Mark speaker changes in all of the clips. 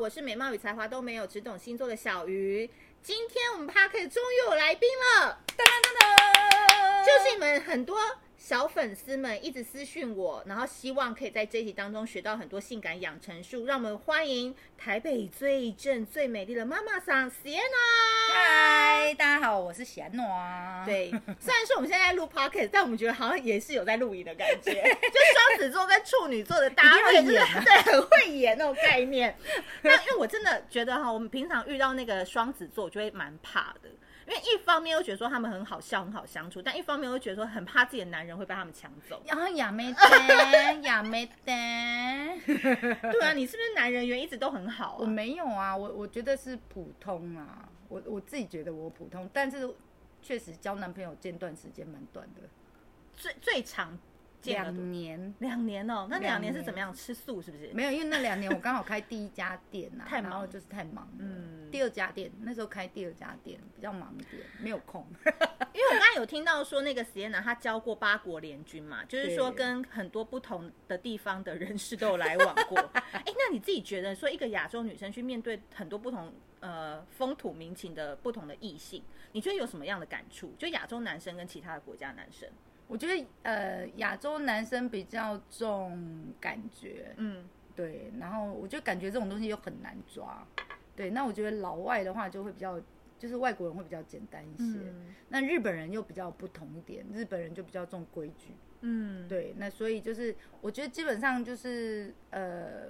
Speaker 1: 我是美貌与才华都没有，只懂星座的小鱼。今天我们 p a r k 终于有来宾了，
Speaker 2: 噔噔噔噔，
Speaker 1: 就是你们很多小粉丝们一直私讯我，然后希望可以在这一集当中学到很多性感养成术。让我们欢迎台北最正最美丽的妈妈桑 Sienna。
Speaker 2: 嗨，大家好，我是贤诺。，啊
Speaker 1: 对，虽然说我们现在在录 podcast，但我们觉得好像也是有在录影的感 觉，就双子座跟处女座的搭配，
Speaker 2: 一定要演
Speaker 1: 就
Speaker 2: 啊。
Speaker 1: 是 对，很会演那种概念。那因为我真的觉得哈，我们平常遇到那个双子座，我就会蛮怕的。因为一方面又觉得说他们很好笑、很好相处，但一方面又觉得说很怕自己的男人会被他们抢走
Speaker 2: 然后啊亚美 丹，亚美丹，
Speaker 1: 对啊，你是不是男人缘一直都很好
Speaker 2: 我
Speaker 1: 啊？
Speaker 2: 没有啊，我我觉得是普通啊，我我自己觉得我普通，但是确实交男朋友间断时间蛮短的，
Speaker 1: 最最长见了多
Speaker 2: 两年。
Speaker 1: 两年哦、那两
Speaker 2: 两
Speaker 1: 年
Speaker 2: 年
Speaker 1: 是怎么样？吃素是不是？
Speaker 2: 没有，因为那两年我刚好开第一家店啊，
Speaker 1: 太忙
Speaker 2: 然后就是 太忙了。
Speaker 1: 嗯
Speaker 2: 第二家店那时候开第二家店比较忙一点，没有空。
Speaker 1: 因为我刚刚有听到说那个 Sienna 她教过八国联军嘛，就是说
Speaker 2: 对
Speaker 1: 跟很多不同的地方的人士都有来往过。 哎、那你自己觉得说一个亚洲女生去面对很多不同呃风土民情的不同的异性，你觉得有什么样的感触？就亚洲男生跟其他的国家男生，
Speaker 2: 我觉得呃，亚洲男生比较重感觉，
Speaker 1: 嗯，
Speaker 2: 对，然后我就感觉这种东西又很难抓，对。那我觉得老外的话就会比较，就是外国人会比较简单一些，
Speaker 1: 嗯
Speaker 2: 那日本人又比较不同一点，日本人就比较重规矩，
Speaker 1: 嗯，
Speaker 2: 对。那所以就是我觉得基本上就是呃，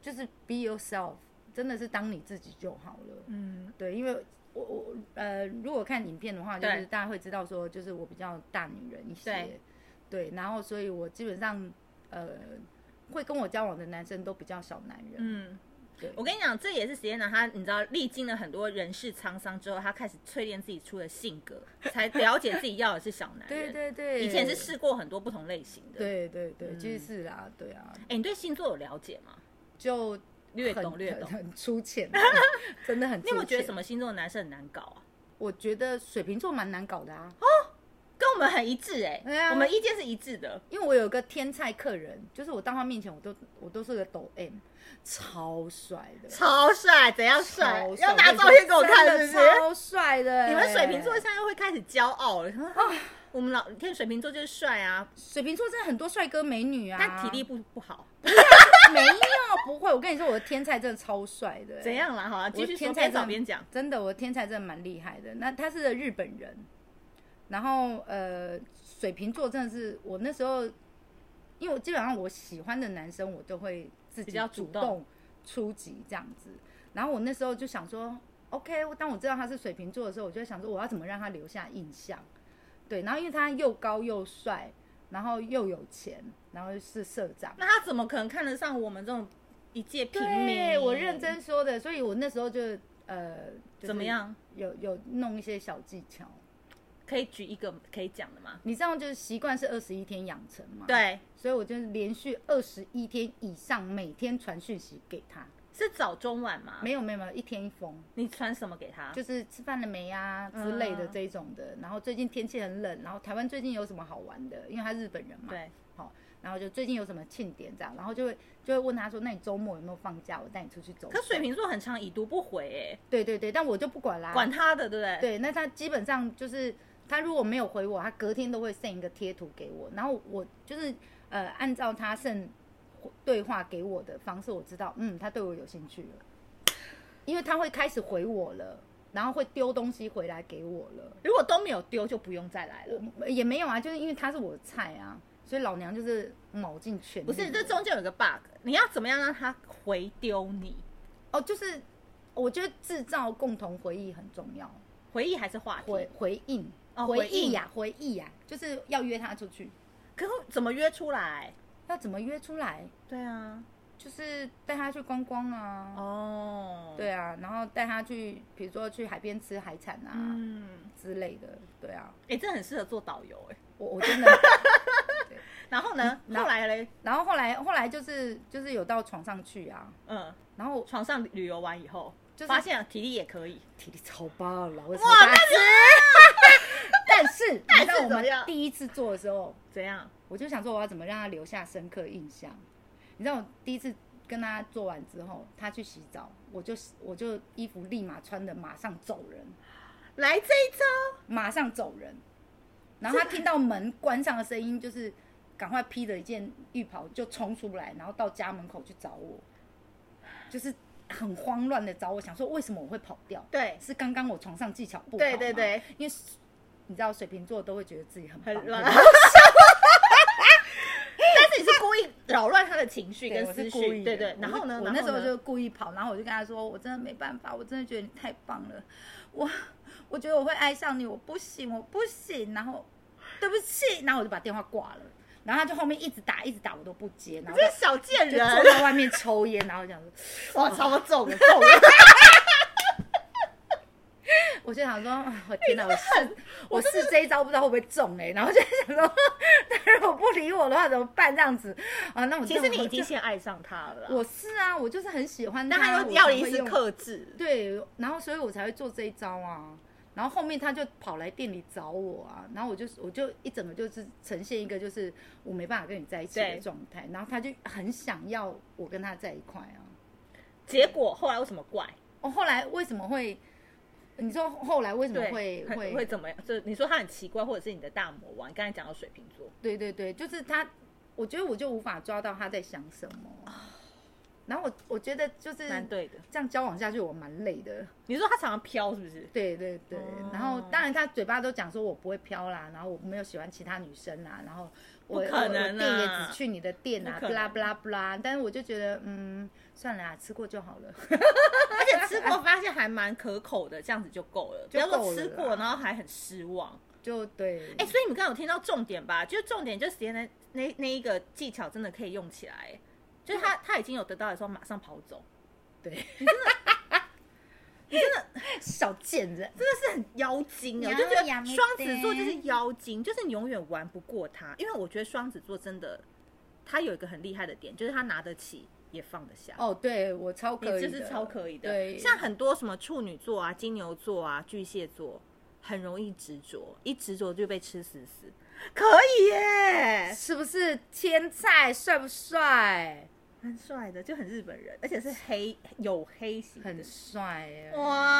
Speaker 2: 就是 be yourself，真的是当你自己就好了，
Speaker 1: 嗯
Speaker 2: 对，因为。我我呃，如果看影片的话，就
Speaker 1: 对
Speaker 2: 是大家会知道说，就是我比较大女人一些，对，然后所以我基本上呃，会跟我交往的男生都比较少男人，
Speaker 1: 嗯
Speaker 2: 对。
Speaker 1: 我跟你讲，这也是 Sienna 她，你知道历经了很多人世沧桑之后，她开始淬炼自己出的性格，才了解自己要的是小男人。
Speaker 2: 对对对，
Speaker 1: 以前是，试过很多不同类型的。，
Speaker 2: 对对对，其
Speaker 1: 嗯
Speaker 2: 实是啦，对啊，
Speaker 1: 哎、你对星座有了解吗？
Speaker 2: 就
Speaker 1: 略
Speaker 2: 很
Speaker 1: 懂略
Speaker 2: 很
Speaker 1: 懂。
Speaker 2: 很粗浅，啊 真的很粗
Speaker 1: 你
Speaker 2: 浅。
Speaker 1: 有没有觉得什？么星座的男生很难搞啊？
Speaker 2: 我觉得水瓶座蛮难搞的啊，
Speaker 1: 跟我们很一致哎、
Speaker 2: 对啊
Speaker 1: 我们意见是一致的。
Speaker 2: 因为我有个天菜客人，就是我到他面前，我都我都是个抖 M，超帅 的。
Speaker 1: 超帅，怎样帅
Speaker 2: 超？帅
Speaker 1: 要拿照片给我看，是
Speaker 2: 真
Speaker 1: 不
Speaker 2: 的
Speaker 1: 是？
Speaker 2: 超帅的欸、
Speaker 1: 你们水瓶座现在又会开始骄傲了。啊，我们老天水瓶座就是帅啊，
Speaker 2: 水瓶座真的很多帅哥美女啊，
Speaker 1: 但体力不不好，
Speaker 2: 没有不会。我跟你说，我的天菜真的超帅的欸、
Speaker 1: 怎样啦？好啊，继
Speaker 2: 我
Speaker 1: 续说，
Speaker 2: 天
Speaker 1: 边
Speaker 2: 才
Speaker 1: 找
Speaker 2: 真
Speaker 1: 边讲。
Speaker 2: 真的，我天才真的蛮厉害的。那他是个日本人，然后呃，水瓶座真的是我那时候，因为我基本上我喜欢的男生，我都会自己
Speaker 1: 比较主
Speaker 2: 主
Speaker 1: 动
Speaker 2: 动出击这样子。然后我那时候就想说，OK，当我知道他是水瓶座的时候，我就想说我要怎么让他留下印象。对，然后因为他又高又帅，然后又有钱，然后是社长，
Speaker 1: 那他怎么可能看得上我们这种一介平民？
Speaker 2: 对我认真说的，所以我那时候就呃、就是
Speaker 1: 怎么样？
Speaker 2: 有有弄一些小技巧。
Speaker 1: 可以举一个可以讲的吗？
Speaker 2: 你这样就是习惯是二十一天养成嘛？，
Speaker 1: 对，
Speaker 2: 所以我就是连续二十一天以上，每天传讯息给他。
Speaker 1: 是早中晚吗？
Speaker 2: 没有没有没有，一天一封，
Speaker 1: 你传什么给他？
Speaker 2: 就是吃饭了没啊
Speaker 1: 嗯
Speaker 2: 之类的这一种的。然后最近天气很冷，然后台湾最近有什么好玩的？因为他日本人嘛，，
Speaker 1: 对，
Speaker 2: 好，然后就最近有什么庆典这样，然后就会就会问他说，那你周末有没有放假？我带你出去走走。
Speaker 1: 可水瓶座很常已读不回、欸，
Speaker 2: 对对对，但我就不管啦，
Speaker 1: 管他的，对不对？
Speaker 2: 对，那他基本上就是他如果没有回我，他隔天都会 send 一个贴图给我，然后我就是呃按照他 send 对话给我的方式，我知道嗯他对我有兴趣了，因为他会开始回我了，然后会丢东西回来给我了，
Speaker 1: 如果都没有丢，就不用再来了。
Speaker 2: 我也没有啊，就是因为他是我的菜啊，所以老娘就是卯尽全力
Speaker 1: 不
Speaker 2: 了。
Speaker 1: 是，这中间有一个 bug，你要怎么样让他回丢你？
Speaker 2: 哦，就是我觉得制造共同回忆很重要，
Speaker 1: 回忆还是话题？
Speaker 2: 回回应。
Speaker 1: 哦回
Speaker 2: 回
Speaker 1: 应
Speaker 2: 忆呀、回忆呀、就是要约他出去。
Speaker 1: 可是怎么约出来？
Speaker 2: 要怎么约出来？
Speaker 1: 对啊，
Speaker 2: 就是带他去观光啊，
Speaker 1: 哦，，
Speaker 2: 对啊，然后带他去，比如说去海边吃海产啊、
Speaker 1: 嗯，
Speaker 2: 之类的，对啊，
Speaker 1: 哎、这很适合做导游哎、
Speaker 2: 我我真的，
Speaker 1: 然后呢？
Speaker 2: 嗯
Speaker 1: 后来嘞，
Speaker 2: 然后后来后来就是就是有到床上去啊，
Speaker 1: 嗯，
Speaker 2: 然后
Speaker 1: 床上旅游完以后，
Speaker 2: 就是
Speaker 1: 发现体力也可以。
Speaker 2: 体力超棒了，我
Speaker 1: 哇
Speaker 2: 哇，但是但是你知
Speaker 1: 但是
Speaker 2: 道我
Speaker 1: 怎么
Speaker 2: 们
Speaker 1: 样
Speaker 2: 第一次做的时候，
Speaker 1: 怎样？
Speaker 2: 我就想说我要怎么让他留下深刻印象，你知道我第一次跟他做完之后，他去洗澡，我就我就衣服立马穿的，马上走人，
Speaker 1: 来这一招，
Speaker 2: 马上走人。然后他听到门关上的声音，就是赶快披着一件浴袍就冲出来，然后到家门口去找我，就是很慌乱的找我，想说为什么我会跑掉？
Speaker 1: 对
Speaker 2: 是刚刚我床上技巧不好
Speaker 1: 对对
Speaker 2: 吗，
Speaker 1: 对，
Speaker 2: 因为你知道水瓶座都会觉得自己很棒
Speaker 1: 很乱。
Speaker 2: 很
Speaker 1: 但是你是故意扰乱他的情绪
Speaker 2: 对
Speaker 1: 跟
Speaker 2: 我
Speaker 1: 思
Speaker 2: 是
Speaker 1: 绪
Speaker 2: 故意，的
Speaker 1: 对对。然后呢，
Speaker 2: 我
Speaker 1: 然
Speaker 2: 那
Speaker 1: 后
Speaker 2: 时候
Speaker 1: 呢
Speaker 2: 就故意跑，然后我就跟他说，我真的没办法，我真的觉得你太棒了，我我觉得我会爱上你，我不行，我不行，然后对不起，然后我就把电话挂了，然后他就后面一直打，一直打，我都不接，
Speaker 1: 你
Speaker 2: 然后
Speaker 1: 这个小贱
Speaker 2: 就
Speaker 1: 人
Speaker 2: 坐，在外面抽烟，然后讲说，
Speaker 1: 哇，超重的， 重的，
Speaker 2: 我就想说，啊我天哪，我试我试这一招不知道会不会中哎、欸，然后就想说， 他如果不理我的话怎么办这样子啊？那我
Speaker 1: 其
Speaker 2: 就
Speaker 1: 实你已
Speaker 2: 我就
Speaker 1: 经先爱上他了啦，
Speaker 2: 我是啊，我就是很喜欢
Speaker 1: 但
Speaker 2: 他
Speaker 1: 他又
Speaker 2: 我
Speaker 1: 要
Speaker 2: 才
Speaker 1: 临
Speaker 2: 会
Speaker 1: 时
Speaker 2: 用
Speaker 1: 克制，
Speaker 2: 对，然后所以我才会做这一招啊。然后后面他就跑来店里找我啊，然后我就我就一整个就是呈现一个就是我没办法跟你在一起
Speaker 1: 对
Speaker 2: 的状态，然后他就很想要我跟他在一块啊。
Speaker 1: 结果后来为什么怪？
Speaker 2: 哦，后来为什么会？你说后来为什么
Speaker 1: 对，
Speaker 2: 会
Speaker 1: 很
Speaker 2: 会
Speaker 1: 会怎么样？就你说他很奇怪，或者是你的大魔王？你刚才讲到水瓶座，
Speaker 2: 对对对，就是他，我觉得我就无法抓到他在想什么。然后我我觉得就是
Speaker 1: 蛮对的。
Speaker 2: 这样交往下去，我蛮累的。
Speaker 1: 你说他常常飘，是不是？
Speaker 2: 对对对，
Speaker 1: 哦
Speaker 2: 然后当然他嘴巴都讲说我不会飘啦，然后我没有喜欢其他女生啦，然后我
Speaker 1: 不可能啊
Speaker 2: 我我店也只去你的店啊，
Speaker 1: 不
Speaker 2: 不
Speaker 1: 可能
Speaker 2: 啦不啦不啦。但是我就觉得嗯，算了啦，吃过就好了。
Speaker 1: 而且吃过发现还蛮可口的，这样子就够了。不
Speaker 2: 就
Speaker 1: 要
Speaker 2: 够
Speaker 1: 说
Speaker 2: 了
Speaker 1: 吃过，
Speaker 2: 啦
Speaker 1: 然后还很失望。
Speaker 2: 就对，
Speaker 1: 哎、所以你们刚刚有听到重点吧？就是重点就是那那那一个技巧真的可以用起来，就是
Speaker 2: 嗯
Speaker 1: 他他已经有得到的时候马上跑走，
Speaker 2: 对，你真的小贱人，
Speaker 1: 真的是很妖精啊！我
Speaker 2: 呀
Speaker 1: 就觉得
Speaker 2: 呀没
Speaker 1: 双子座
Speaker 2: 嗯得
Speaker 1: 就是妖精，就是你永远玩不过他，因为我觉得双子座真的他有一个很厉害的点，就是他拿得起也放得下。
Speaker 2: 哦，对我超
Speaker 1: 你
Speaker 2: 可以的，
Speaker 1: 就是超可以的。
Speaker 2: 对，
Speaker 1: 像很多什么处女座啊、金牛座啊、巨蟹座，很容易执着，一执着就被吃死死。可以耶，
Speaker 2: 是不是天菜帅不帅？
Speaker 1: 蛮帅的，就很日本人，而且是黑有黑型的，
Speaker 2: 很帅耶、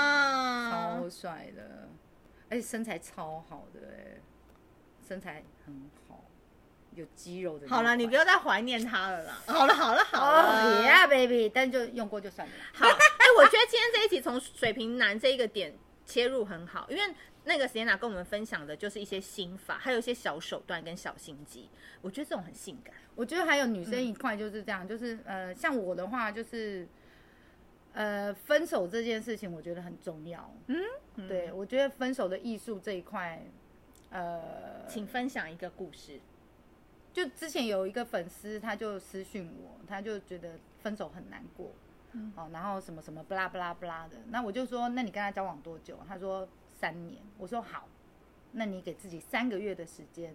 Speaker 1: 哇
Speaker 2: 超帅的，而且身材超好的、欸，身材很好，有肌肉的那种。
Speaker 1: 好了，你不要再怀念他了啦。好了，好了，好
Speaker 2: 哦
Speaker 1: 了。
Speaker 2: ，Yeah baby，但就用过就算了。
Speaker 1: 好，哎、我觉得今天这一集从水瓶男这一个点切入很好，因为那个 Sienna 跟我们分享的就是一些心法，还有一些小手段跟小心机，我觉得这种很性感。
Speaker 2: 我觉得还有女生一块就是这样，就是呃，像我的话就是，呃，分手这件事情我觉得很重要。
Speaker 1: 嗯
Speaker 2: 对，我觉得分手的艺术这一块，呃，
Speaker 1: 请分享一个故事。
Speaker 2: 就之前有一个粉丝，他就私讯我，他就觉得分手很难过，
Speaker 1: 嗯
Speaker 2: 哦，然后什么什么不啦不啦不啦的。那我就说，那你跟他交往多久？他说三年。我说好，那你给自己三个月的时间，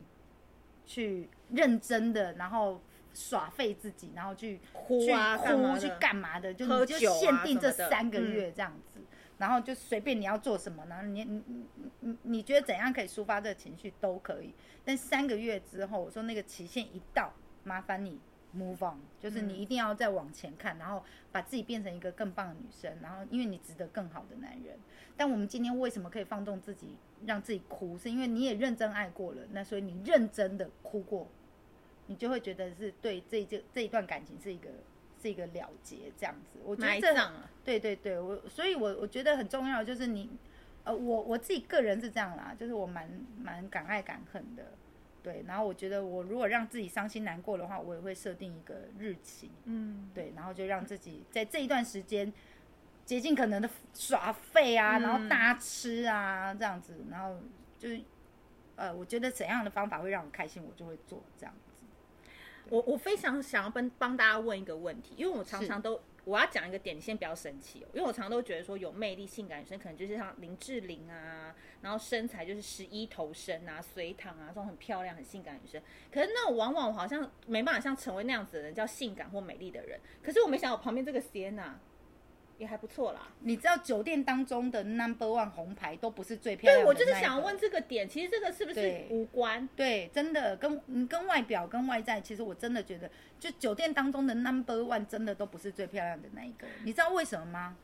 Speaker 2: 去认真的，然后耍废自己，然后去
Speaker 1: 哭
Speaker 2: 去
Speaker 1: 啊干嘛
Speaker 2: 哭
Speaker 1: 的
Speaker 2: 去干嘛的，就
Speaker 1: 喝
Speaker 2: 你就
Speaker 1: 酒啊
Speaker 2: 限定这
Speaker 1: 什么的嗯
Speaker 2: 三个月这样子，然后就随便你要做什么，然后你你你你你觉得怎样可以抒发这个情绪都可以，但三个月之后，我说那个期限一到，麻烦你 move on，就是你一定要再往前看，然后把自己变成一个更棒的女生，然后因为你值得更好的男人。但我们今天为什么可以放纵自己，让自己哭，是因为你也认真爱过了，那所以你认真的哭过，你就会觉得是对这这这一段感情是一个是一个了结这样子。我觉得
Speaker 1: 埋
Speaker 2: 这
Speaker 1: 葬啊，
Speaker 2: 对对对，我所以我，我觉得很重要的就是你，呃，我我自己个人是这样啦，就是我蛮蛮敢爱敢恨的，对。然后我觉得我如果让自己伤心难过的话，我也会设定一个日期，
Speaker 1: 嗯，
Speaker 2: 对，然后就让自己在这一段时间竭尽可能的耍废啊，
Speaker 1: 嗯
Speaker 2: 然后大吃啊这样子，然后就是呃，我觉得怎样的方法会让我开心，我就会做这样子。
Speaker 1: 我我非常想要帮帮大家问一个问题，因为我常常都我要讲一个点，你先不要生气哦，因为我常常都觉得说有魅力、性感女生可能就是像林志玲啊，然后身材就是十一头身啊、隋唐啊这种很漂亮、很性感的女生，可是那种往往我好像没办法像成为那样子的人叫性感或美丽的人，可是我没想到我旁边这个 Sienna。也还不错啦。
Speaker 2: 你知道酒店当中的 number one 红牌都不是最漂
Speaker 1: 对，
Speaker 2: 亮的，
Speaker 1: 我就是想问，这个点，其实这个是不是
Speaker 2: 对
Speaker 1: 无关？
Speaker 2: 对，真的跟嗯跟外表跟外在，其实我真的觉得，就酒店当中的 number one 真的都不是最漂亮的那一个，你知道为什么吗？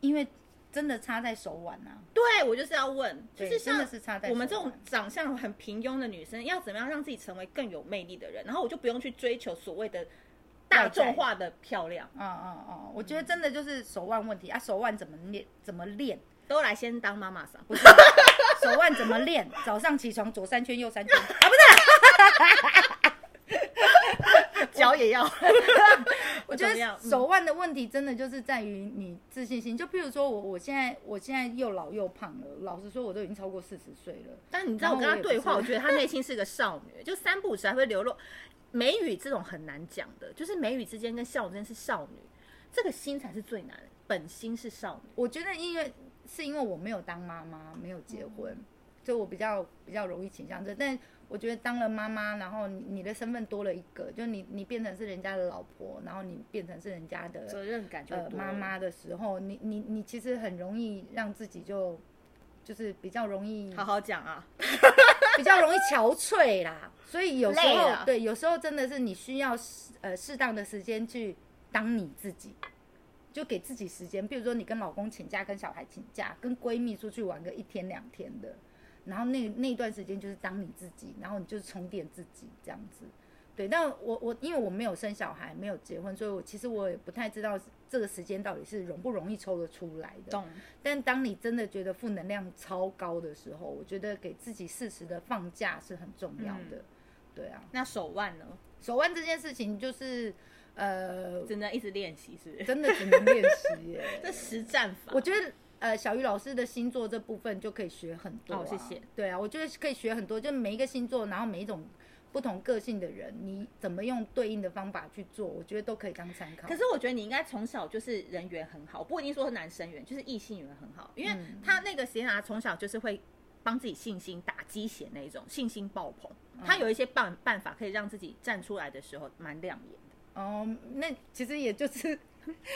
Speaker 2: 因为真的差在手腕呐、啊，
Speaker 1: 对我就是要问，就
Speaker 2: 对
Speaker 1: 是
Speaker 2: 真的
Speaker 1: 像
Speaker 2: 是差在手腕
Speaker 1: 我们这种长相很平庸的女生，要怎么样让自己成为更有魅力的人？然后我就不用去追求所谓的大众化的漂亮，
Speaker 2: 哦哦哦，我觉得真的就是手腕问题啊，手腕怎么练怎么练，
Speaker 1: 都来先当妈妈桑。
Speaker 2: 不是手腕怎么练，早上起床左三圈右三圈，
Speaker 1: 脚也要。
Speaker 2: 我
Speaker 1: 我
Speaker 2: 觉
Speaker 1: 觉
Speaker 2: 得
Speaker 1: 得
Speaker 2: 手腕的问题真的就是在于你自信心。就譬如说我，我现在我现在又老又胖了，老实说，我都已经超过四十岁了。
Speaker 1: 但你知道我跟她对话，我觉得她内心是个少女，就三不五时还会流露美语这种很难讲的，就是美语之间跟笑容之间是少女，这个心才是最难的，本心是少女。
Speaker 2: 我觉得因为是因为我没有当妈妈，没有结婚，所以我比较比较容易倾向这。但我觉得当了妈妈，然后你你的身份多了一个，就你你变成是人家的老婆，然后你变成是人家的
Speaker 1: 责任感就
Speaker 2: 呃
Speaker 1: 多了
Speaker 2: 妈妈的时候，你你你其实很容易让自己就就是比较容易
Speaker 1: 好好讲啊，
Speaker 2: 比较容易憔悴啦，所以有时
Speaker 1: 累
Speaker 2: 候
Speaker 1: 了
Speaker 2: 对，有时候真的是你需要适呃适当的时间去当你自己，就给自己时间。比如说你跟老公请假，跟小孩请假，跟闺蜜出去玩个一天两天的，然后那那一段时间就是当你自己，然后你就是充电自己这样子。对，但我我因为我没有生小孩，没有结婚，所以我其实我也不太知道这个时间到底是容不容易抽得出来的。
Speaker 1: 懂？
Speaker 2: 但当你真的觉得负能量超高的时候，我觉得给自己适时的放假是很重要的。
Speaker 1: 嗯
Speaker 2: 对啊，
Speaker 1: 那手腕呢？
Speaker 2: 手腕这件事情就是，呃，
Speaker 1: 只能一直练习，是不是？
Speaker 2: 真的只能练习 耶。
Speaker 1: 这实战法，
Speaker 2: 我觉得。呃，小鱼老师的星座这部分就可以学很多、啊。
Speaker 1: 哦谢谢。
Speaker 2: 对啊，我觉得可以学很多，就每一个星座，然后每一种不同个性的人，你怎么用对应的方法去做，我觉得都可以当参考。
Speaker 1: 可是我觉得你应该从小就是人缘很好，不一定说男生缘，就是异性缘很好，因为他那个谁拿从小就是会帮自己信心打鸡血那一种，信心爆棚。他有一些办办法可以让自己站出来的时候蛮亮眼的。
Speaker 2: 哦，那其实也就是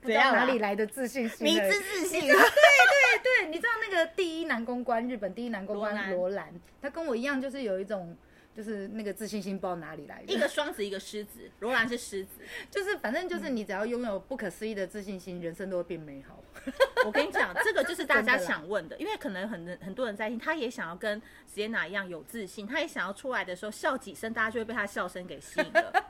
Speaker 2: 不
Speaker 1: 怎
Speaker 2: 知
Speaker 1: 样
Speaker 2: 道
Speaker 1: 啊
Speaker 2: 哪里来的自信心而已，
Speaker 1: 自信，
Speaker 2: 对，哎你知道那个第一男公关，日本第一男公
Speaker 1: 罗
Speaker 2: 关
Speaker 1: 兰
Speaker 2: 罗兰，他跟我一样，就是有一种就是那个自信心不知道哪里来
Speaker 1: 一
Speaker 2: 的，
Speaker 1: 个双子，一个狮子，罗兰是狮 子。
Speaker 2: 就是反正
Speaker 1: 嗯
Speaker 2: 就是你只要拥有不可思议的自信心，人生都会变美好。
Speaker 1: 我跟你讲，这个就是大家
Speaker 2: 真的啦
Speaker 1: 想问的，因为可能很很多人在听，他也想要跟 Sienna 一样有自信，他也想要出来的时候笑几声，大家就会被他笑声给吸引了。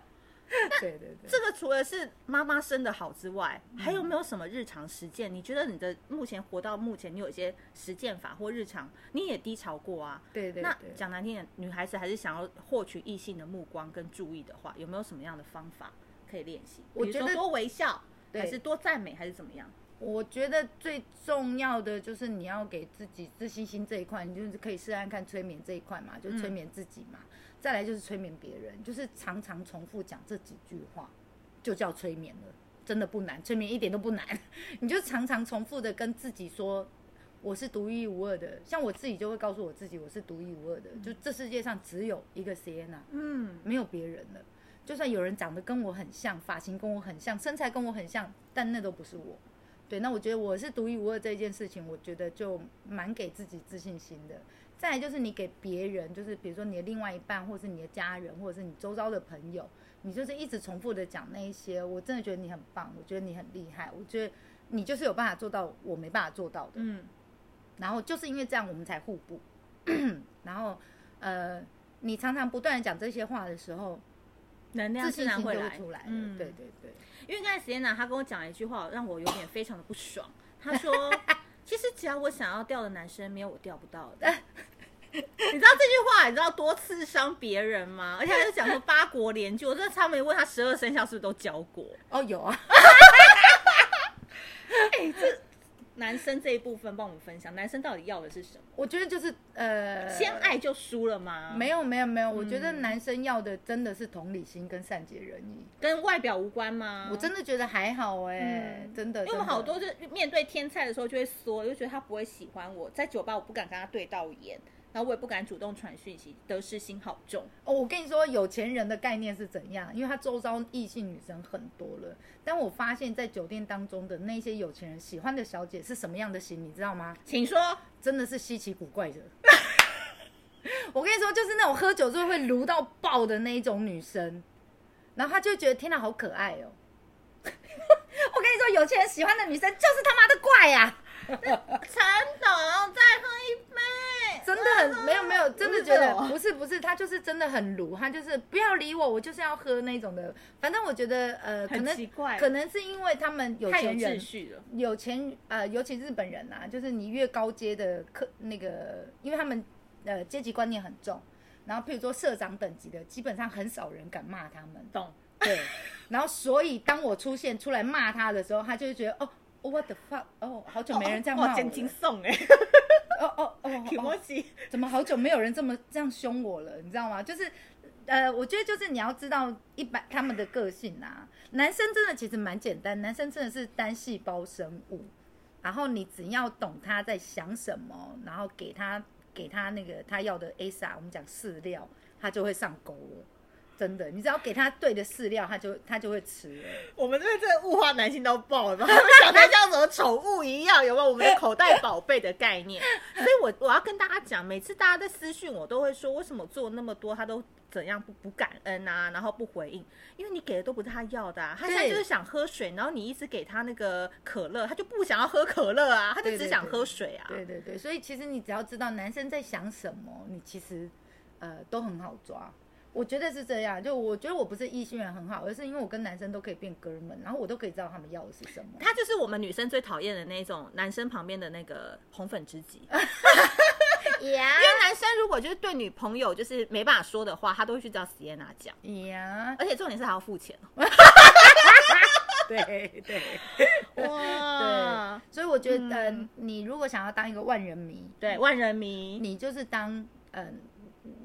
Speaker 2: 对对对，
Speaker 1: 这个除了是妈妈生的好之外，
Speaker 2: 嗯
Speaker 1: 还有没有什么日常实践？你觉得你的目前活到目前，你有一些实践法或日常，你也低潮过啊？
Speaker 2: 对对
Speaker 1: 那
Speaker 2: 对。
Speaker 1: 讲难听点，女孩子还是想要获取异性的目光跟注意的话，有没有什么样的方法可以练习？
Speaker 2: 我
Speaker 1: 比如
Speaker 2: 觉
Speaker 1: 说
Speaker 2: 得
Speaker 1: 多微笑，
Speaker 2: 对
Speaker 1: 还是多赞美，还是怎么样？
Speaker 2: 我觉得最重要的就是你要给自己自信心这一块，你就是可以试看看催眠这一块嘛，就是催眠自己嘛。再来就是催眠别人，就是常常重复讲这几句话，就叫催眠了。真的不难，催眠一点都不难。 你就常常重复的跟自己说，我是独一无二的。像我自己就会告诉我自己，我是独一无二的。就这世界上只有一个 Sienna，
Speaker 1: 嗯，
Speaker 2: 没有别人了。就算有人长得跟我很像，发型跟我很像，身材跟我很像，但那都不是我。对，那我觉得我是独一无二这一件事情，我觉得就蛮给自己自信心的。再来就是你给别人，就是比如说你的另外一半，或是你的家人，或者是你周遭的朋友，你就是一直重复的讲那一些，我真的觉得你很棒，我觉得你很厉害，我觉得你就是有办法做到我没办法做到的。
Speaker 1: 嗯，
Speaker 2: 然后就是因为这样，我们才互补。 然后，呃，你常常不断的讲这些话的时候，
Speaker 1: 能量
Speaker 2: 自
Speaker 1: 自
Speaker 2: 信心
Speaker 1: 然
Speaker 2: 就
Speaker 1: 会
Speaker 2: 会
Speaker 1: 来。
Speaker 2: 出来了。
Speaker 1: 嗯
Speaker 2: 对对对，
Speaker 1: 因为刚才 Sienna 她跟我讲了一句话，让我有点非常的不爽。她 说：“其实只要我想要钓的男生，没有我钓不到的。” 你知道这句话，你知道多刺伤别人吗？而且她就讲说八国联军，我真的差没问她十二生肖是不是都教过。
Speaker 2: 哦，有啊，
Speaker 1: 男生这一部分帮我们分享，男生到底要的是什么？
Speaker 2: 我觉得就是呃，
Speaker 1: 先嗯爱就输了吗？
Speaker 2: 没有没有没有，我觉得男生要的真的是同理心跟善解人意。
Speaker 1: 跟外表无关吗？
Speaker 2: 我真的觉得还好哎、
Speaker 1: 嗯
Speaker 2: 真的，
Speaker 1: 因为我们
Speaker 2: 真的
Speaker 1: 好多就是面对天菜的时候就会缩，就觉得他不会喜欢我，在酒吧我不敢跟他对到眼，然后我也不敢主动传讯息，得失心好重。
Speaker 2: 哦，我跟你说，有钱人的概念是怎样？因为他周遭异性女生很多了，但我发现，在酒店当中的那些有钱人喜欢的小姐是什么样的型，你知道吗？
Speaker 1: 请说，
Speaker 2: 真的是稀奇古怪的。 我跟你说，就是那种喝酒醉会撸到爆的那一种女生，然后她就觉得天哪，好可爱哦。 我跟你说，有钱人喜欢的女生就是他妈的怪啊呀、
Speaker 1: 陈董再喝一杯，
Speaker 2: 真的 很没有没有，真的觉
Speaker 1: 我是
Speaker 2: 得不是不是，他就是真的很鲁，他就是不要理我，我就是要喝那种的。反正我觉得呃，可
Speaker 1: 很
Speaker 2: 能
Speaker 1: 奇怪
Speaker 2: 可能是因为他们有
Speaker 1: 太有
Speaker 2: 钱
Speaker 1: 秩
Speaker 2: 人
Speaker 1: 序了。
Speaker 2: 有钱呃，尤其日本人啊，就是你越高阶的客那个，因为他们呃阶级观念很重，然后譬如说社长等级的，基本上很少人敢骂他们。
Speaker 1: 懂，
Speaker 2: 对，然后所以当我出现出来骂他的时候，他就会觉得哦。哦 what the fuck！哦，好久没人这样骂我
Speaker 1: 哇，
Speaker 2: 了。
Speaker 1: 真惊送哎，
Speaker 2: 哦哦哦哦，
Speaker 1: 提莫西，
Speaker 2: 怎么好久没有人这么这样凶我了，你知道吗？就是，呃，我觉得就是你要知道一般他们的个性啊，男生真的其实蛮简单，男生真的是单细胞生物，然后你只要懂他在想什么，然后给他给他那个他要的 A 啥，我们讲饲料，他就会上钩了。真的，你只要给他对的饲料，他就他就会吃了。
Speaker 1: 我们这边真的物化男性到爆了，把他们想成像什么宠物一样，有没有我们的口袋宝贝的概 念？所以我我要跟大家讲，每次大家在私讯我都会说，为什么做那么多他都怎样不不感恩啊，然后不回应，因为你给的都不是他要的、啊，他现在
Speaker 2: 对
Speaker 1: 就是想喝水，然后你一直给他那个可乐，他就不想要喝可乐啊，他就
Speaker 2: 对
Speaker 1: 只
Speaker 2: 对
Speaker 1: 想
Speaker 2: 对
Speaker 1: 喝水啊。
Speaker 2: 对对对，所以其实你只要知道男生在想什么，你其实呃都很好抓。我觉得是这样，就我觉得我不是异性缘很好，而是因为我跟男生都可以变哥们，然后我都可以知道他们要的是什么。
Speaker 1: 他就是我们女生最讨厌的那种男生旁边的那个红粉知己，
Speaker 2: 呀
Speaker 1: 因为男生如果就是对女朋友就是没办法说的话，他都会去找 Sienna 讲，
Speaker 2: 呀，
Speaker 1: 而且重点是还要付钱哦。
Speaker 2: 对对
Speaker 1: 哇
Speaker 2: 对，，所以我觉得、呃你如果想要当一个万人迷，
Speaker 1: 对，万人迷，
Speaker 2: 你就是当嗯、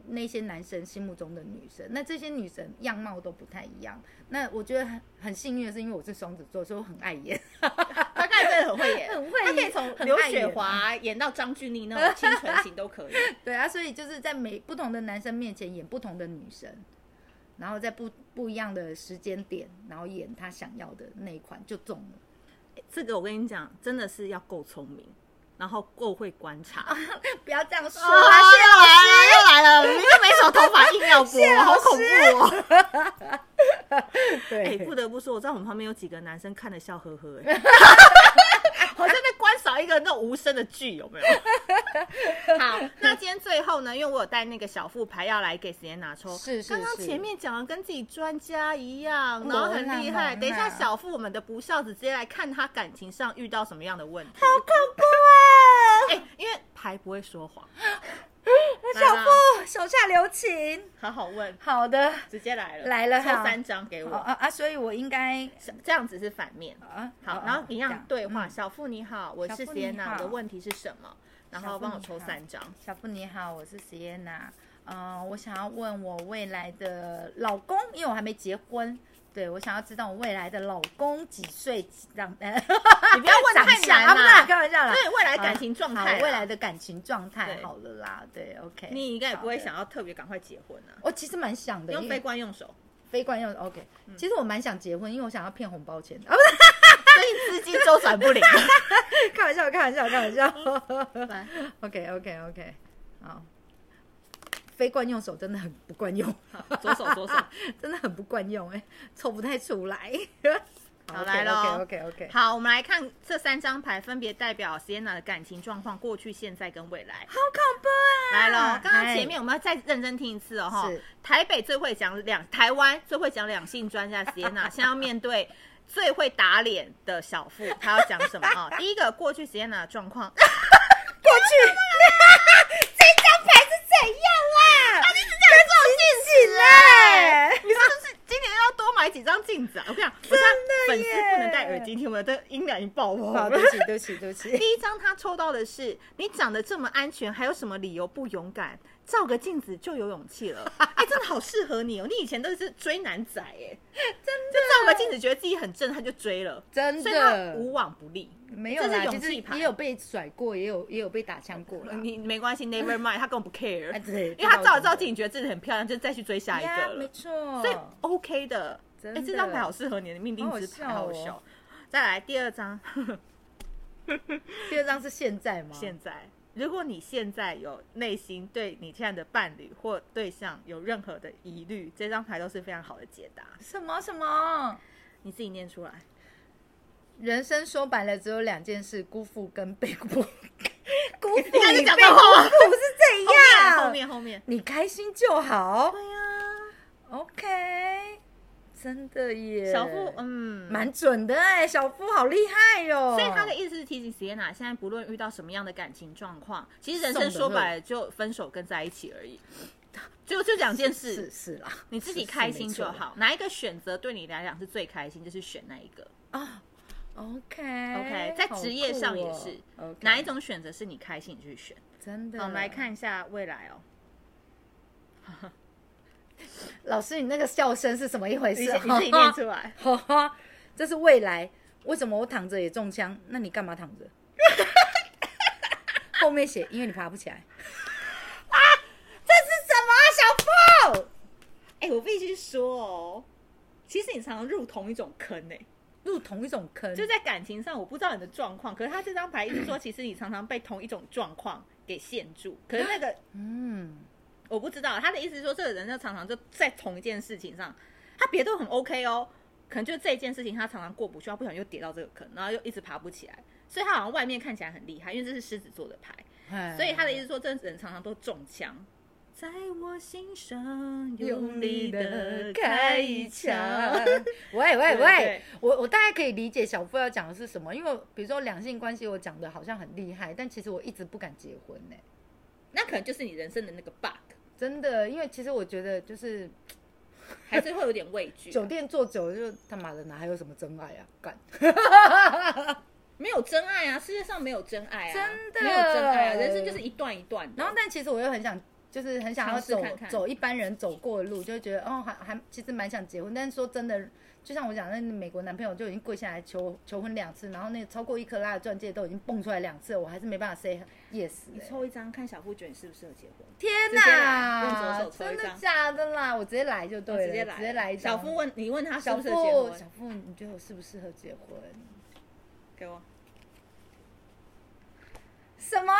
Speaker 2: 那些男生心目中的女神。那这些女神样貌都不太一样。那我觉得很很幸运的是，因为我是双子座，所以我很爱演。
Speaker 1: 他刚才真的很会演，
Speaker 2: 很会
Speaker 1: 他可以从
Speaker 2: 很
Speaker 1: 刘
Speaker 2: 爱
Speaker 1: 雪
Speaker 2: 演
Speaker 1: 华演到张钧甯那种清纯型都可以。
Speaker 2: 对啊，所以就是在每不同的男生面前演不同的女生，然后在不不一样的时间点，然后演他想要的那一款就中了。
Speaker 1: 这个我跟你讲，真的是要够聪明，然后够会观 察。
Speaker 2: 不要这样说
Speaker 1: 又来 了，又来
Speaker 2: 啊！
Speaker 1: 了，你又没什么头发，硬要拨，好恐怖哦。哎、
Speaker 2: 对
Speaker 1: 不得不说，我在我们旁边有几个男生看得笑呵呵、 哎，好像在观赏一个那种无声的剧，有 没有？好，那今天最后呢，因为我有带那个小副牌要来给时间拿抽，
Speaker 2: 是是
Speaker 1: 刚刚
Speaker 2: 是
Speaker 1: 前面讲的跟自己专家一样，
Speaker 2: 嗯
Speaker 1: 然后很厉害。
Speaker 2: 我很
Speaker 1: 等一下，
Speaker 2: 浪漫
Speaker 1: 小副我们的不孝子直接来看他感情上遇到什么样的问题。
Speaker 2: 啊
Speaker 1: 哎、因为牌不会说 谎，
Speaker 2: 小布手下留情。
Speaker 1: 好好问，
Speaker 2: 好的，
Speaker 1: 直接来了，
Speaker 2: 来了
Speaker 1: 抽
Speaker 2: 哈
Speaker 1: 三张给
Speaker 2: 好
Speaker 1: 我，
Speaker 2: 啊啊，所以我应该
Speaker 1: 这样子是反面。
Speaker 2: 啊
Speaker 1: 好，然后一嗯样对。
Speaker 2: 哦哦这
Speaker 1: 话。
Speaker 2: 嗯
Speaker 1: 小付你好，我是
Speaker 2: 小付你
Speaker 1: Sienna，
Speaker 2: 好
Speaker 1: 我的问题是什么？然后
Speaker 2: 小付
Speaker 1: 帮我
Speaker 2: 你
Speaker 1: 抽
Speaker 2: 好
Speaker 1: 三张。
Speaker 2: 小布你好，我是 Sienna。呃，我想要问我未来的老公，因为我还没结婚，对我想要知道我未来的老公几岁，几让 呃
Speaker 1: 你不要问
Speaker 2: 长
Speaker 1: 太
Speaker 2: 相啊，
Speaker 1: 难
Speaker 2: 不是啊
Speaker 1: 啦，
Speaker 2: 开玩笑 啦。
Speaker 1: 对未来感情状态啊
Speaker 2: 好
Speaker 1: 啦，
Speaker 2: 未来的感情状态
Speaker 1: 对
Speaker 2: 好了啦。对，OK。
Speaker 1: 你应该也不会想
Speaker 2: 好
Speaker 1: 要特别赶快结婚啊
Speaker 2: 的，，我哦其实蛮想的，
Speaker 1: 用嗯
Speaker 2: 因
Speaker 1: 非
Speaker 2: 为
Speaker 1: 惯用手，
Speaker 2: 非惯用 OK。其实我蛮想结婚，因为我想要骗红包钱啊，
Speaker 1: 所以资金周转 不灵。
Speaker 2: 不是开玩笑，开玩笑，开玩笑。OK OK OK，好。非惯用手真的很不惯用，
Speaker 1: 好左手左手，
Speaker 2: 真的很不惯用哎、抽不太出来。
Speaker 1: 好来咯
Speaker 2: OK OK，
Speaker 1: 好，我们来看这三张牌分别代表 Sienna 的感情状况，过去、现在跟未来。
Speaker 2: 好恐怖啊！
Speaker 1: 来喽，刚刚前面
Speaker 2: 哎
Speaker 1: 我们要再认真听一次哦，哈
Speaker 2: 是。
Speaker 1: 台北最会讲两，台湾最会讲两性专家 Sienna，现在要面对最会打脸的小富，他要讲什么 啊？第一个，过去 Sienna 的状况，
Speaker 2: 过去，这张牌是怎样啦？他就是这样做事情
Speaker 1: 哎你是不是今年要多买几张镜子啊？我跟你讲，我现在粉丝不能带戴耳机听我的音量已经爆
Speaker 2: 不
Speaker 1: 棚
Speaker 2: 好，
Speaker 1: 了。
Speaker 2: 对不起，对不起，对不 起。
Speaker 1: 第一张他抽到的是你长得这么安全，还有什么理由不勇敢？照个镜子就有勇气 了。哎、真的好适合你哦！你以前都是追男仔 哎，真的，就照个镜子觉得自己很正，他就追了，
Speaker 2: 真
Speaker 1: 所以他
Speaker 2: 的
Speaker 1: 无往不利。
Speaker 2: 没有
Speaker 1: 这
Speaker 2: 啦，
Speaker 1: 是
Speaker 2: 就
Speaker 1: 勇
Speaker 2: 是
Speaker 1: 气牌
Speaker 2: 也有被甩过，也有也有被打枪过啦。
Speaker 1: 你没关系，Never mind，他根本不 care，、
Speaker 2: 哎，对，
Speaker 1: 因为他照
Speaker 2: 到
Speaker 1: 了照镜，觉得自己很漂亮，就再去追下一
Speaker 2: 呀
Speaker 1: 个了
Speaker 2: 没，错。
Speaker 1: 所以 OK 的。哎、
Speaker 2: 真的
Speaker 1: 这张牌好适合你的命定之牌，
Speaker 2: 好
Speaker 1: 好
Speaker 2: 好
Speaker 1: 好
Speaker 2: 笑哦
Speaker 1: 笑。再来第二张，
Speaker 2: 第二张是现在吗？
Speaker 1: 现在，如果你现在有内心对你现在的伴侣或对象有任何的疑虑，这张牌都是非常好的解答。
Speaker 2: 什么什么？
Speaker 1: 你自己念出来，
Speaker 2: 人生说白了只有两件事：辜负跟被 辜负。辜 负
Speaker 1: 你看你
Speaker 2: 被
Speaker 1: 讲
Speaker 2: 辜
Speaker 1: 到后
Speaker 2: 负是这样。
Speaker 1: 后面后面。
Speaker 2: 你开心就好
Speaker 1: 对。呀、
Speaker 2: OK，真的耶，
Speaker 1: 小富，嗯，
Speaker 2: 蛮准的哎、小夫好厉害哟、
Speaker 1: 所以他的意思是提醒 Sienna，现在不论遇到什么样的感情状况，其实人生
Speaker 2: 送的
Speaker 1: 说白了就分手跟在一起而已， 就就两件事，
Speaker 2: 是是啦，
Speaker 1: 你自己
Speaker 2: 是是
Speaker 1: 开心
Speaker 2: 没
Speaker 1: 就
Speaker 2: 错啦
Speaker 1: 好。哪一个选择对你来讲是最开心，就是选那一个。
Speaker 2: 啊。OK 哦
Speaker 1: OK，在职业上也是，
Speaker 2: o k
Speaker 1: 哪一？种选择是你开心，你去选。
Speaker 2: 真的，
Speaker 1: 好，我们来，看一下未来哦。
Speaker 2: 老师，你那个笑声是什么一回
Speaker 1: 你
Speaker 2: 事？。
Speaker 1: 先你自己念出来
Speaker 2: 哈哈，这是未来。为什么我躺着也中枪？那你干嘛躺着？ 后面写，因为你爬不起来。啊，这是什么、啊，小布？
Speaker 1: 哎、我必须说哦，其实你常常入同一种坑呢、欸
Speaker 2: 入同一种坑，
Speaker 1: 就在感情上，我不知道你的状况，可是他这张牌一直说，其实你常常被同一种状况给限住。可是那个
Speaker 2: 嗯，
Speaker 1: 我不知道，他的意思是说，这个人就常常就在同一件事情上，他别都很 OK 哦，可能就这件事情他常常过不去，他不小心又跌到这个坑，然后又一直爬不起来，所以他好像外面看起来很厉害，因为这是狮子座的牌，所以他的意思是说，这人常常都中枪。在我心上用力的开一枪，。
Speaker 2: 喂
Speaker 1: 对
Speaker 2: 喂喂
Speaker 1: 对，
Speaker 2: 我我大概可以理解小夫要讲的是什么，因为比如说两性关系，我讲的好像很厉害，但其实我一直不敢结婚呢、
Speaker 1: 那可能就是你人生的那个 bug，
Speaker 2: 真的，因为其实我觉得就是
Speaker 1: 还是会有点畏 惧。啊
Speaker 2: 酒店做久了就他妈的哪还有什么真爱啊？干，
Speaker 1: 没有真爱啊，世界上没有真爱啊，
Speaker 2: 真的
Speaker 1: 没有真爱啊，人生就是一段一段的。
Speaker 2: 然后但其实我又很想。就是很想要
Speaker 1: 尝试
Speaker 2: 走
Speaker 1: 看看
Speaker 2: 走一般人走过的路，就会觉得哦，还还其实蛮想结婚，但是说真的，就像我讲，那美国男朋友就已经跪下来求求婚两次，然后那超过一克拉的钻戒都已经蹦出来两次了，我还是没办法 say yes
Speaker 1: 你
Speaker 2: 欸、
Speaker 1: 抽一张看小富卷适不适合结婚，
Speaker 2: 天
Speaker 1: 直接来用左
Speaker 2: 哪
Speaker 1: 手，抽
Speaker 2: 真
Speaker 1: 一
Speaker 2: 的
Speaker 1: 张哦
Speaker 2: 假的啦？我直接来就对了，
Speaker 1: 直接来，
Speaker 2: 直接来一张。
Speaker 1: 小富问你问他适
Speaker 2: 小
Speaker 1: 不
Speaker 2: 富
Speaker 1: 适合结婚
Speaker 2: 小，富，你觉得我适不适合结婚？
Speaker 1: 给我。
Speaker 2: 什么啊？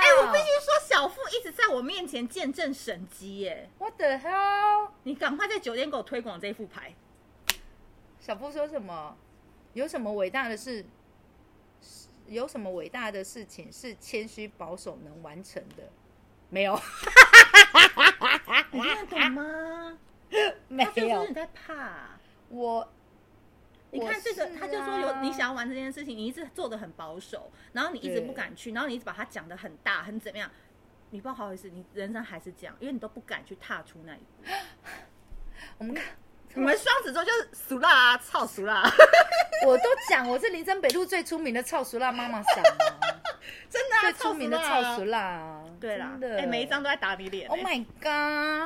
Speaker 1: 哎、我必须说，小富一直在我面前见证神机耶！
Speaker 2: What the hell？
Speaker 1: 你赶快在酒店给我推广这副牌，
Speaker 2: 小富说什么？有什么伟大的事？有什么伟大的事情是谦虚保守能完成的？没有，
Speaker 1: 你听得懂吗？
Speaker 2: 没
Speaker 1: 他就说
Speaker 2: 有
Speaker 1: 你。在怕、
Speaker 2: 我，
Speaker 1: 你看这个，他就说有你想要玩这件事情，你一直做的很保守，然后你一直
Speaker 2: 对
Speaker 1: 不敢去，然后你一直把它讲的很大很怎么样，你不好意思，你人生还是这样，因为你都不敢去踏出那一步。
Speaker 2: 我们看，
Speaker 1: 我们双子座就是俗辣啊，操俗辣啊，
Speaker 2: 我都讲我是林森北路最出名的臭俗辣妈妈桑啊，
Speaker 1: 真的啊
Speaker 2: 最出名的臭俗
Speaker 1: 辣啊。
Speaker 2: 辣啊，
Speaker 1: 对啦
Speaker 2: 真，的，
Speaker 1: 哎，每一张都在打你脸。
Speaker 2: Oh
Speaker 1: 哎
Speaker 2: my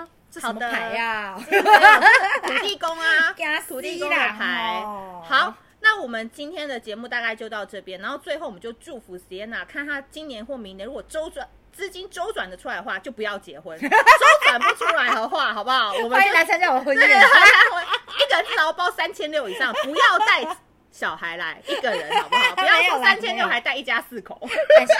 Speaker 2: god！这什
Speaker 1: 好
Speaker 2: 么
Speaker 1: 的
Speaker 2: 牌呀、啊？
Speaker 1: 土地公 啊
Speaker 2: 给他，撕
Speaker 1: 土地公的牌
Speaker 2: 啦哦。
Speaker 1: 好，那我们今天的节目大概就到这边，然后最后我们就祝福 Sienna，看她今年或明年如果周转。资金周转的出来的话，就不要结 婚；周转不出来的话，好不好？我们
Speaker 2: 欢
Speaker 1: 就
Speaker 2: 迎来参加我的婚
Speaker 1: 对，啊
Speaker 2: 宴。
Speaker 1: 一个人至少包三千六以上，不要带小孩来，一个人好不好？不要
Speaker 2: 没有
Speaker 1: 说
Speaker 2: 啦
Speaker 1: 三千
Speaker 2: 没有
Speaker 1: 六还带一家四口。
Speaker 2: 感谢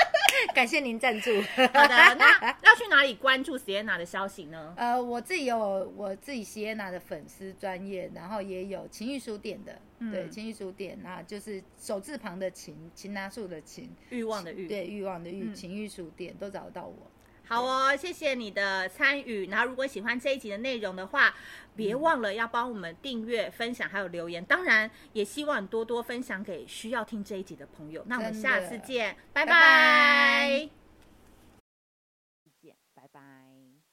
Speaker 2: 感谢您赞助。
Speaker 1: 好的，那要去哪里关注 Sienna 的消息呢？
Speaker 2: 呃，我自己有我自己席耶娜的粉丝专业，然后也有情欲书店的，
Speaker 1: 嗯
Speaker 2: 对，情欲书店，那就是手字旁的情，擒拿术的情，
Speaker 1: 欲望的欲。
Speaker 2: 对，欲望的欲，
Speaker 1: 嗯
Speaker 2: 情欲书店都找得到我。
Speaker 1: 好哦，谢谢你的参与。然后，如果喜欢这一集的内容的话，别忘了要帮我们订阅、分享还有留言。当然，也希望你多多分享给需要听这一集的朋友。那我们
Speaker 2: 真的
Speaker 1: 下次见，拜
Speaker 2: 拜拜
Speaker 1: 拜。
Speaker 3: 见，拜拜。